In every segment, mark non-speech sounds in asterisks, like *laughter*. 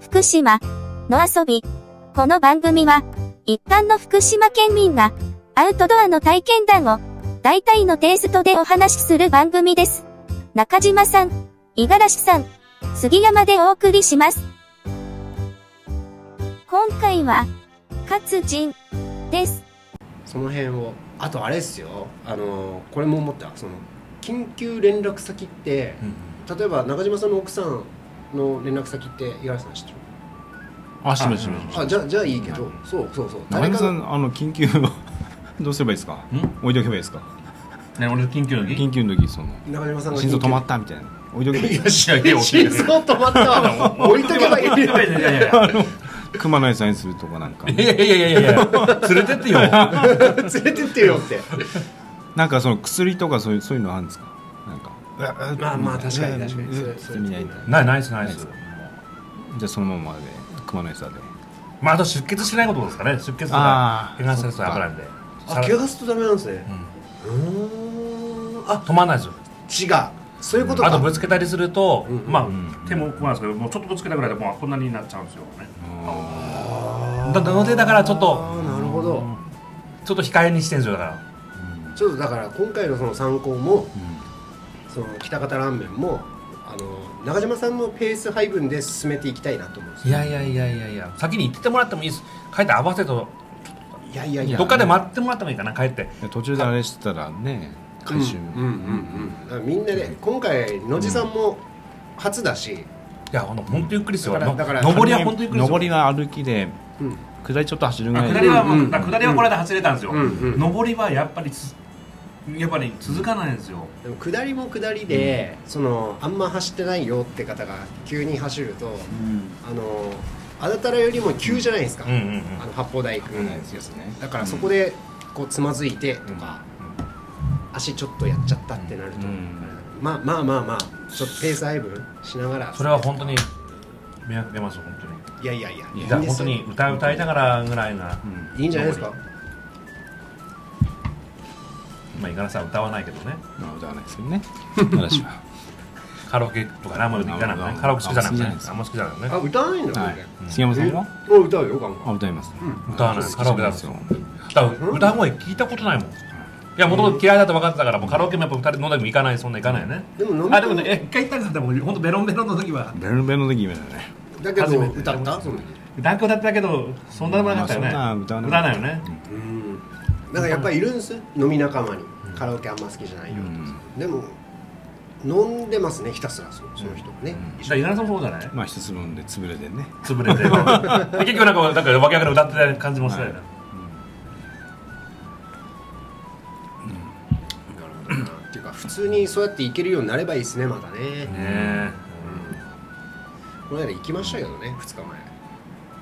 福島の遊び。この番組は、一般の福島県民が、アウトドアの体験談を、大体のテイストでお話しする番組です。中島さん、五十嵐さん、杉山でお送りします。今回は、勝人です。その辺をあとあれですよあのこれも思ったその緊急連絡先って例えば中島さんの奥さんの連絡先って五十嵐さん知ってるあ、しめしめしめ。あじゃあじゃあいいけど、そうそうそう中誰山かさがんあの *laughs* 緊急をどうすればいいですかん置いとけばいいですかね、俺緊急の時。緊急の時その中島さんが心臓止まっったみたいな置いとけばいいいやいやいや心臓止まったわ置いとけばいいよいやいやいや。熊野さんにするとかなんかいやいやいやいやいや。連れてってよ。連れてってよってなんかその薬とかそういうそういうのあるんですかなんかまあまあ確かに確かにそれそれにないんだない、ナイスナイス。じゃあそのままで熊野さんでまあ、あと出血しないことですかね。出血とあかー。怪我させると危ないんで。あ怪我するとダメなんですねううんーんあ止まんないですよ。違うそういうことかあとぶつけたりするとうん、まうんあ、手もこうなんですけど、もうちょっとぶつけたぐらいで、もうこんなになっちゃうんですよね。あーだのでだからちょっとあーなるほどちょっと控えにしてんですよ、だから。ちょっとだから今回のその参考も、その北方ラーメンもあの中島さんのペース配分で進めていきたいなと思うんですいよやいやいやいやいや、先に行ってもらってもいいです。帰って合わせと、いやいやいいやどっかで待ってもらってもいいかな、帰って。途中であれしてたらねうん回収うんうんうんだからみんなで今回野地さんも初だし、いや、ほんとほんとゆっくりですよ。だからだからの上りは本当ゆっくりですよ。上りは歩きでうん下りちょっと走るぐあらい下りは、うんうんまあ下りはこれで走れたんですよ、うんうん上りはやっぱりつやっぱり続かないんですよ、でも下りも下りで、そのあんま走ってないよって方が急に走ると、あのあだたらよりも急じゃないですか、うんうんうんあの八方台行くうんですねだからそこでこうつまずいてとか、足ちょっとやっちゃったってなると、まあまあまあまあちょっとペース配分しながらそれは本当に迷惑出ますよ本当いやいやいやにいいやんですよ本当に歌歌いながらぐらいな、いいんじゃないですかまあ、いかなさん歌わないけどねまあ歌わないですけど *laughs* ね私はカラオケとかねあんまり行かないもんあねまあカラオケ好きじゃなくてあんま好きじゃないですああんま好きじゃなくてね歌わないんだ、はこい杉山さんはれあ歌うよガンガあ歌いますね歌わないカラオケだ好きじとゃだないから歌声聞いたことないもんいやもともと嫌いだと分かってたからもうカラオケもやっぱ2人で飲んだりも行かないそんな行かないよねンでも飲みあでもね一回行ったんですよでも本当ベロンベロンの時はベルベルの時夢だねだけ初どめて歌ったその時ダンクだったけどそんなでもなかったよね、まあそんな歌わな歌かわっなたいよねうんだからやっぱりいるんです飲み仲間にカラオケあんま好きじゃないよって、でも飲んでますねひたすらそのその人がね、だから井原さんもそうじゃないまあ一つ飲んで潰れてね潰れて結局なんかなんかわけわからん歌ってた感じもしたよね、なるほどなっていうか普通にそうやって行けるようになればいいですねまたねねこの間行きましたけどね2日前え、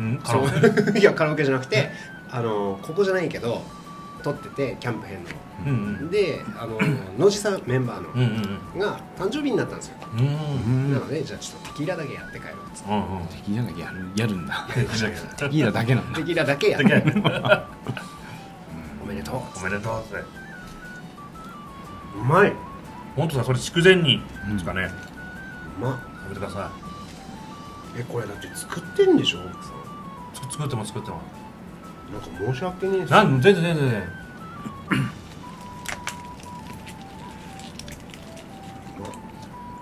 うん、カラオケそう *laughs* いやカラオケじゃなくてあのここじゃないけど撮っててキャンプ編のうんうんであの野地さんメンバーの、うんうんが誕生日になったんですよ、うんうんなのでじゃあちょっとテキーラだけやって帰ろうっつっうんうんテキーラだけやるやるんだテキテキーラだけなんてだテキーラだけやってーラおめでとうおめでとうってうまいう本当さそれ筑前煮ですかね、ま食べてくださえこれだって作ってんでしょ奥さんいつ作っても作ってもなんか申し訳ねえしなん全然全然全然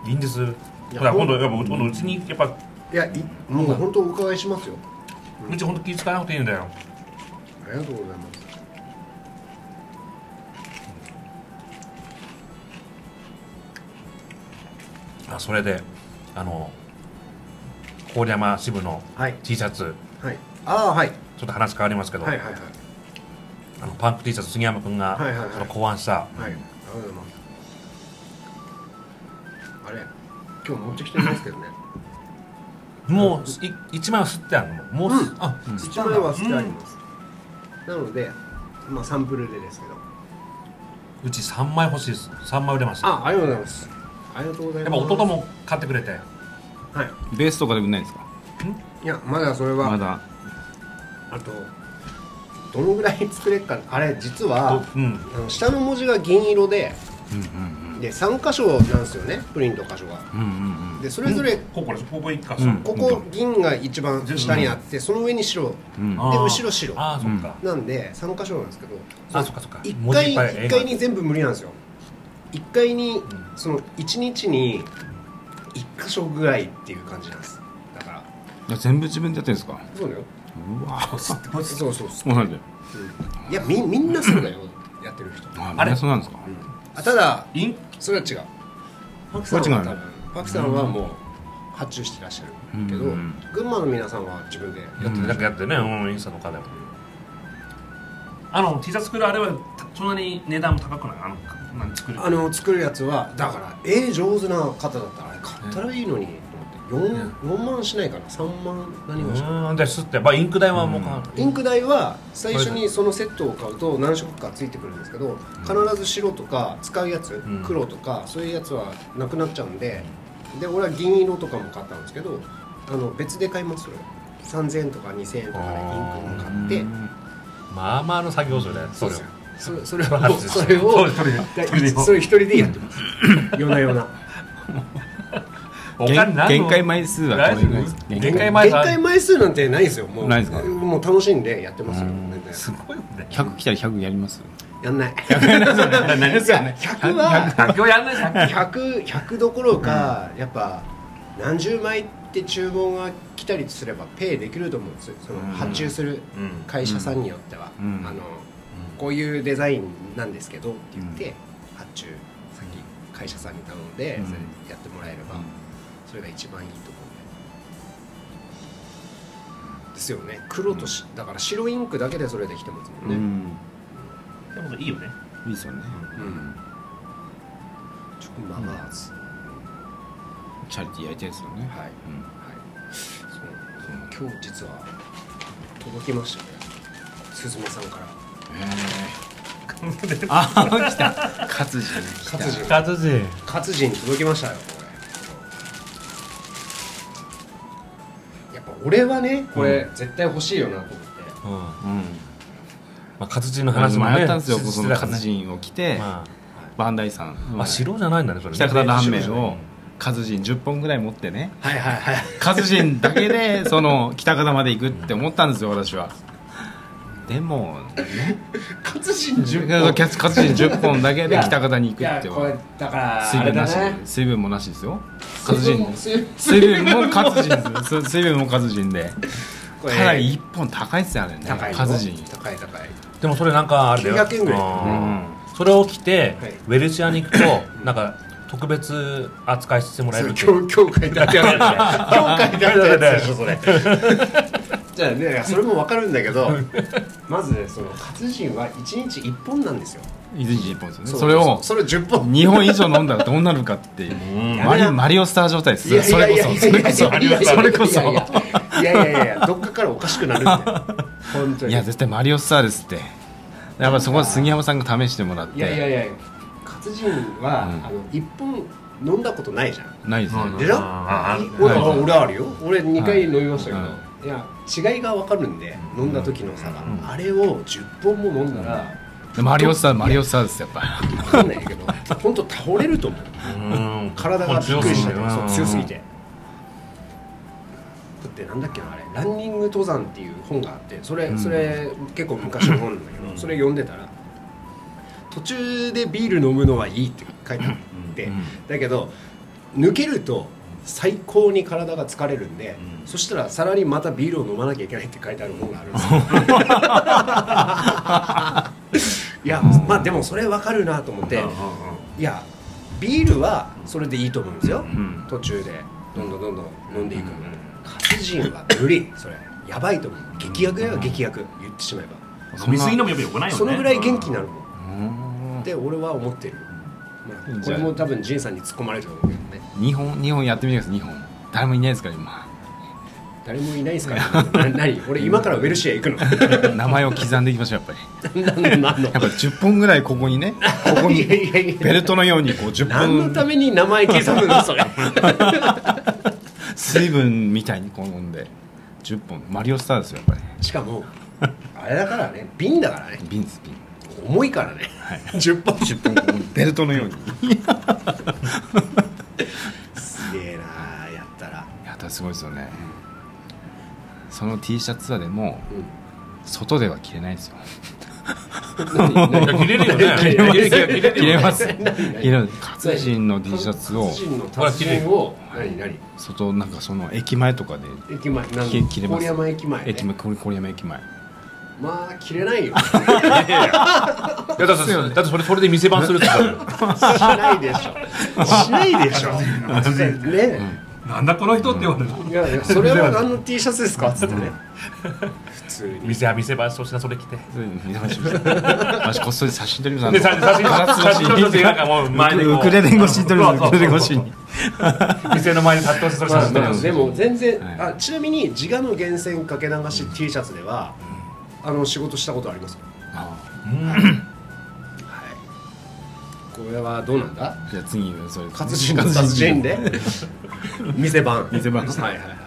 いいんですほら今度やっぱ今度うちにやっぱいやいもう本当お伺いしますようち本当気使わなくていいんだよありがとうございますあそれであの郡山支部のはい T シャツはいああはいちょっと話変わりますけど、はいはいはいあのパンク T シャツ杉山君が、はいはいはいその考案したはい、ありがとうございます。あれ、今日持ってきてますけどね。もうい一枚は吸ってあるのもうす、うあ、吸一たん枚だは捨てあります。なので、まあサンプルでですけど。うんうち3枚欲しいです3枚売れましたやっあ、ありがとうございます。ありがとうございまぱす。弟も買ってくれてはい。ベースとかでもないですかいや、まだそれは、まだあと。どのぐらい作れっか、あれ、実は。うんあの下の文字が銀色で、うんうんで3箇所なんですよねプリント箇所がうんうんでそれぞれここでしょここ一箇うんここ銀が一番下にあってその上に白うんうんあーで後ろ白ああそっか、なんで3箇所なんですけどあそっかそっか1文字い回っぱい絵一が回に全部無理なんですよ1回にんその1日に1箇所ぐらいっていう感じなんですだからいや全部自分でやってるんですかそうだようわそうそうそうそうなんでいやみみんなそうだよやってる人ああみれんなそうなんですかあただインそれは違うパクさんはこれ違う多の分パクさんはもう発注してらっしゃるけど、うんうん群馬の皆さんは自分でやってやるってなんかやってね、うん、インスタとかでもあの T シャツ作るあれはたそんなに値段も高くないあの何作るあの作るやつはだから絵上手な方だったらあれ買ったらいいのにと思って 4, 4万しないかな3万何うもしないーんで吸ってやっぱインク代はもうかインク代は最初にそのセットを買うと何色かついてくるんですけど必ず白とか使うやつん黒とかそういうやつはなくなっちゃうんでで俺は銀色とかも買ったんですけどあの別で買いますそれ3000円とか2000円とかでインクも買ってまあまあの作業所でそれをそれそれをそうですそれそをうですそれでだそれでそれ一人でやってます夜な夜なお限金何の限界枚数は大丈こ夫れぐらいです限界限枚数あ界枚数なんてないですよもうないですかもう楽しんでやってますようん全然すごいよね100来たら100やりますやんない何ですよね100は作業やんないさっき100 100どころかやっぱ何十枚って注文が来たりすればペイできると思うんですよそのうん発注するうん会社さんによっては、うんあのこういうデザインなんですけどって言って発注先会社さんに頼んでうんそれやってもらえればそれが一番いいと思うんでですよね黒としだから白インクだけでそれできてますもうんね、んでもいいよねいいですよねうん、ちょっとまあまあです、チャリティーやりたいですよはいねうんはい、そう今日実は届きましたね鈴間さんからああ来た勝地来た勝地活字勝地に届きましたよこれやっぱ俺はねこれ絶対欲しいよなと思って、うんまうんあ活字の話話もね迷ったんですよしそてのたから勝ね人を着てまバンダイさんああ白じゃないんだねそれね北方ラーメンを勝人10本ぐらい持ってねはいはいはい勝人だけでその北方まで行くって思ったんですよ私はでも勝地に勝10本人10本だけで北方に行いくっやてこれだから水あれ分なだしね水分もなしですよ勝水人分水分水分も勝人です水分も勝人でこれただ1本高いっすよね高いよ勝人高い高いでもそれなんかあれだよ900円ぐらいうんそれを着て、はいウェルシアに行くとなんか特別扱いしてもらえるっていう教教会だってあるやつね教会だってあるやつでしょそれじゃあねそれも分かるんだけどまずその活人は一日一本なんですよ伊豆に1本ですよねそれをそれ10本2本以上飲んだらどうなるかっていうマリマリオスター状態ですいやいそやれいこやそいやそれこそいやいやいやそれこそいやいやいやいやいやどっかからおかしくなるんだよ本当にいや絶対マリオスターですってやっぱそこは杉山さんが試してもらっいやいやていや活人は、うんあの一本飲んだことないじゃんないですねうんでしょああ俺あはる俺はあるよ俺2回飲みましたけど、、はいや違いが分かるんで飲んだ時の差が、あれを10本も飲んだらでマリオスターマリオスターですやっぱ分かんないけど *laughs* 本当倒れると思ううん体がびっくりしてうんそう強すぎてだってなんだっけなあれ「ランニング登山」っていう本があってそれんそれ結構昔の本なんだけどそれ読んでたら途中でビール飲むのはいいって書いてあってだけど抜けると最高に体が疲れるんで、そしたらさらにまたビールを飲まなきゃいけないって書いてある本があるんですよいやまあでもそれ分かるなと思って、いやビールはそれでいいと思うんですよ、ん途中でどんどんどんどん飲んでいく、活人は無理それやばいと思う劇薬だよ激薬言ってしまえば、飲みすぎのもやっぱよくないよねそのぐらい元気になるもんうんって俺は思ってる、まあ、こじゃれあも多分仁さんに突っ込まれると思うけどね2本2本やってみてください2本誰もいないですから今誰もいないです *laughs* から、な何俺今からウェルシア行くの名前を刻んでいきましょうやっぱり何の何のやっぱ10本ぐらいここにねここ *laughs* にいやいやいやベルトのようにこう *laughs* 10何のた本めに名前刻むのそれ *laughs* 水分みたいにこう飲んで10本マリオスターですよやっぱりしかもあれだからね瓶だからね瓶です瓶お重いからね、10本10本 *laughs* こうベルトのようにすげえなやったら、やったらすごいですよねその T シャツはでもうん外では着れないですよいや切れるよね *laughs* 切れます切れるよ着れます着 *laughs* 何れる活人の T シャツを活人の達人を何何外なんかその駅前とかで駅前なん切切れます郡山駅前ね、駅前郡郡山駅前まあ切れないよいやだってだってそれそれで店番するって言ったのよしないでしょしないでしょね *laughs* なんだこの人って言われるいやいやそれは何の T シャツですかっつってね普通に店は店番粗品それ着て私こっそり写真撮りますで写真写真ガラス越しに写真撮ってなんかもう前にこうウクレレ越しに撮りますそウうそクうレレ越しに店の前に立ってそれ写まあ真ま撮るあのでも全然、はいあちなみに自我の源泉かけ流し T シャツでは、あの仕事したことありますあこれはどうなんだじゃあ次それ活人の達人で店番店番はいはいはい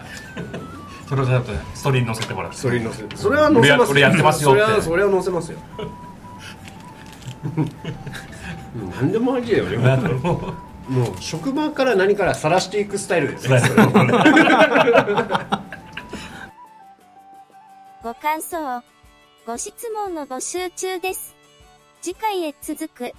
それをちょっとストーリーに載せてもらってそれに載せそれは載せます俺や俺やってますよっそてれはそれは載せます *laughs* ようん何でもありだよねなんだろうもう職場から何から晒していくスタイルですねご感想、ご質問の募集中です。次回へ続く。